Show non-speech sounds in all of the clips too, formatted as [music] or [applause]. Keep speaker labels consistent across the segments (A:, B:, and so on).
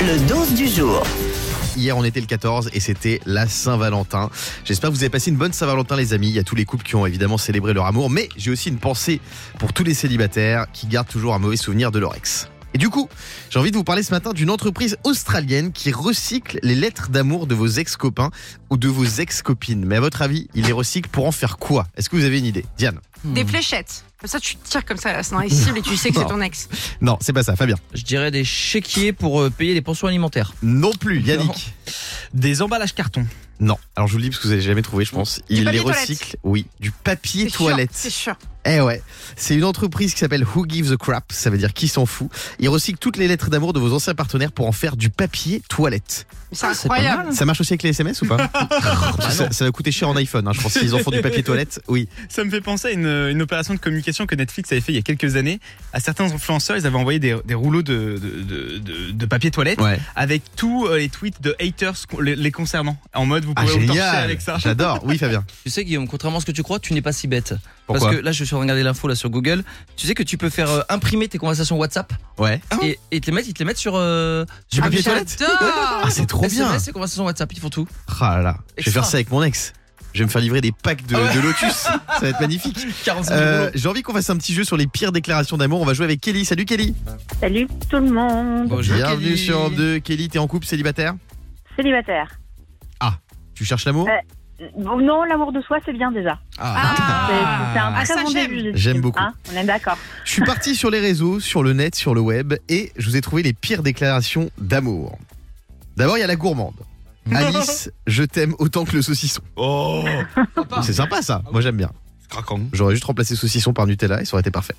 A: Le 12 du jour.
B: Hier, on était le 14 et c'était la Saint-Valentin. J'espère que vous avez passé une bonne Saint-Valentin, les amis. Il y a tous les couples qui ont évidemment célébré leur amour, mais j'ai aussi une pensée pour tous les célibataires qui gardent toujours un mauvais souvenir de leur ex. Et du coup, j'ai envie de vous parler ce matin d'une entreprise australienne qui recycle les lettres d'amour de vos ex-copains ou de vos ex-copines. Mais à votre avis, ils les recyclent pour en faire quoi Est-ce que vous avez une idée Diane
C: Des fléchettes. Comme ça, tu tires comme ça dans les cibles et tu sais que c'est
B: Non.
C: ton ex.
B: Non, c'est pas ça, Fabien.
D: Je dirais des chéquiers pour euh, payer les pensions alimentaires.
B: Non plus, Yannick.
E: Des emballages carton.
B: Non. Alors je vous le dis parce que vous n'avez jamais trouvé, je pense. Ils les
C: papier toilette.
B: recyclent, oui, du papier
C: C'est sûr,
B: toilette.
C: C'est sûr.
B: Eh ouais, c'est une entreprise qui s'appelle Who Gives a Crap, ça veut dire qui s'en fout. Ils recyclent toutes les lettres d'amour de vos anciens partenaires pour en faire du papier toilette.
C: C'est
D: c'est pas
C: Ah, incroyable.
B: Ça marche aussi avec les SMS ou pas ça, ça va coûter cher en iPhone, hein, je pense. S'ils en font du papier toilette, oui.
E: Ça me fait penser à une, une opération de communication que Netflix avait fait il y a quelques années. À certains influenceurs, ils avaient envoyé des, des rouleaux de, de- de- de- de papier toilette
B: Ouais.
E: avec tous euh, les tweets de haters con- les, les concernant. En mode, vous
B: Ah
E: pouvez vous torcher
B: génial
E: avec ça.
B: J'adore, oui Fabien.
D: Tu sais, Guillaume, contrairement à ce que tu crois, tu n'es pas si bête.
B: Pourquoi
D: Parce que là, je suis en train de regarder l'info là sur Google. Tu sais que tu peux faire euh, imprimer tes conversations WhatsApp
B: Ah Ouais.
D: et, et te les mettre, ils te les mettent sur. euh,
C: Ah,
B: Du
C: mais
B: papier toilette
C: J'adore
B: Ah c'est trop bien
D: SMS et conversations WhatsApp, ils font tout. [laughs]
B: Ah là là, je vais
D: Extra.
B: faire ça avec mon ex. Je vais me faire livrer des packs de, de Lotus, ça va être magnifique.
D: 45
B: Euh,
D: euros.
B: J'ai envie qu'on fasse un petit jeu sur les pires déclarations d'amour. On va jouer avec Kelly. Salut Kelly.
F: Salut tout le monde,
D: Bonjour,
B: Bienvenue
D: Kelly.
B: sur 2. Kelly, t'es en couple célibataire
F: célibataire.
B: Tu cherches l'amour
F: Euh, Bon, non, l'amour de soi, c'est bien déjà. C'est
C: Ah.
F: c'est un
C: Ah, ça,
F: très bon
C: j'aime.
F: début. je
B: J'aime
F: trouve,
B: beaucoup.
F: hein. on est d'accord.
B: Je suis parti sur les réseaux, sur le net, sur le web, et je vous ai trouvé les pires déclarations d'amour. D'abord, il y a la gourmande. Alice, je t'aime autant que le saucisson.
E: Oh,
D: Sympa.
B: C'est sympa ça, moi j'aime bien.
E: c'est craquant.
B: J'aurais juste remplacé saucisson par Nutella et ça aurait été parfait.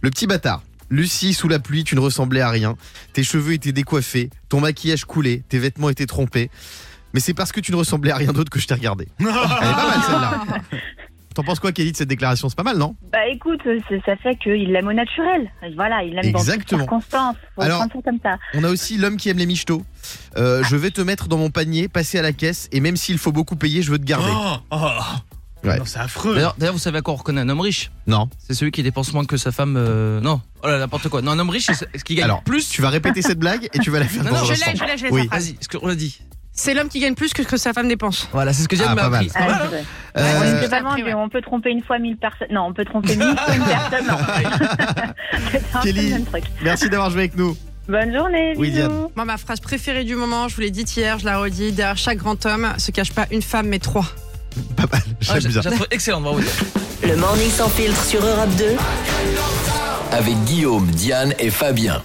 B: Le petit bâtard. Lucie, sous la pluie, tu ne ressemblais à rien. Tes cheveux étaient décoiffés, ton maquillage coulait, tes vêtements étaient trompés. Mais c'est parce que tu ne ressemblais à rien d'autre que je t'ai regardé. Elle est pas mal celle-là. T'en penses quoi, Kelly, de cette déclaration C'est pas mal, non
F: Bah écoute, c'est- ça fait qu'il l'aime au naturel. Voilà, il l'aime dans toutes
B: Exactement.
F: circonstances. Faut
B: Alors-
F: prendre ça comme ça.
B: On a aussi l'homme qui aime les michetots. Euh, je vais te mettre dans mon panier, passer à la caisse, et même s'il faut beaucoup payer, je veux te garder.
E: Oh, [laughs] oh.
B: Ouais.
E: Non, c'est affreux.
D: D'ailleurs, d'ailleurs, vous savez à quoi on reconnaît un homme riche
B: Non.
D: C'est celui qui dépense moins que sa femme. euh, Non, oh là, n'importe quoi. Non, un homme riche, c'est ce qui gagne
B: Alors,
D: plus.
B: tu vas répéter cette blague et tu vas la faire
D: Non,
B: dans
D: non,
B: un
C: Je
B: instant.
C: l'ai, je l'ai, je l'ai.
B: Oui.
C: sa phrase.
D: Vas-y, ce qu'on l'a dit.
C: C'est l'homme qui gagne plus que ce que sa femme dépense.
D: Voilà, c'est ce que j'ai
B: Ah,
D: m'a
B: pas mal.
D: appris.
F: Ouais,
D: Ah,
F: c'est vrai.
B: Euh,
F: Ouais,
C: Ouais,
F: c'est pas
C: après,
F: vrai,
C: ouais.
F: on peut tromper une fois mille personnes. Non, on peut
C: [laughs]
F: tromper mille fois une personne. Non.
C: Ah,
F: [laughs] c'est un peu
B: Kelly.
F: le même truc.
B: merci d'avoir joué avec nous.
F: Bonne journée.
B: Oui,
F: bisous.
B: Diane.
C: Moi, ma phrase préférée du moment, je vous l'ai dite hier, je la redis. Derrière chaque grand homme se cache pas une femme, mais trois.
B: Pas mal, j'aime
D: Ah, j'ai-
B: bien.
D: j'ai trouvé excellent, bravo.
A: Le morning sans filtre sur Europe 2.
G: avec Guillaume, Diane et Fabien.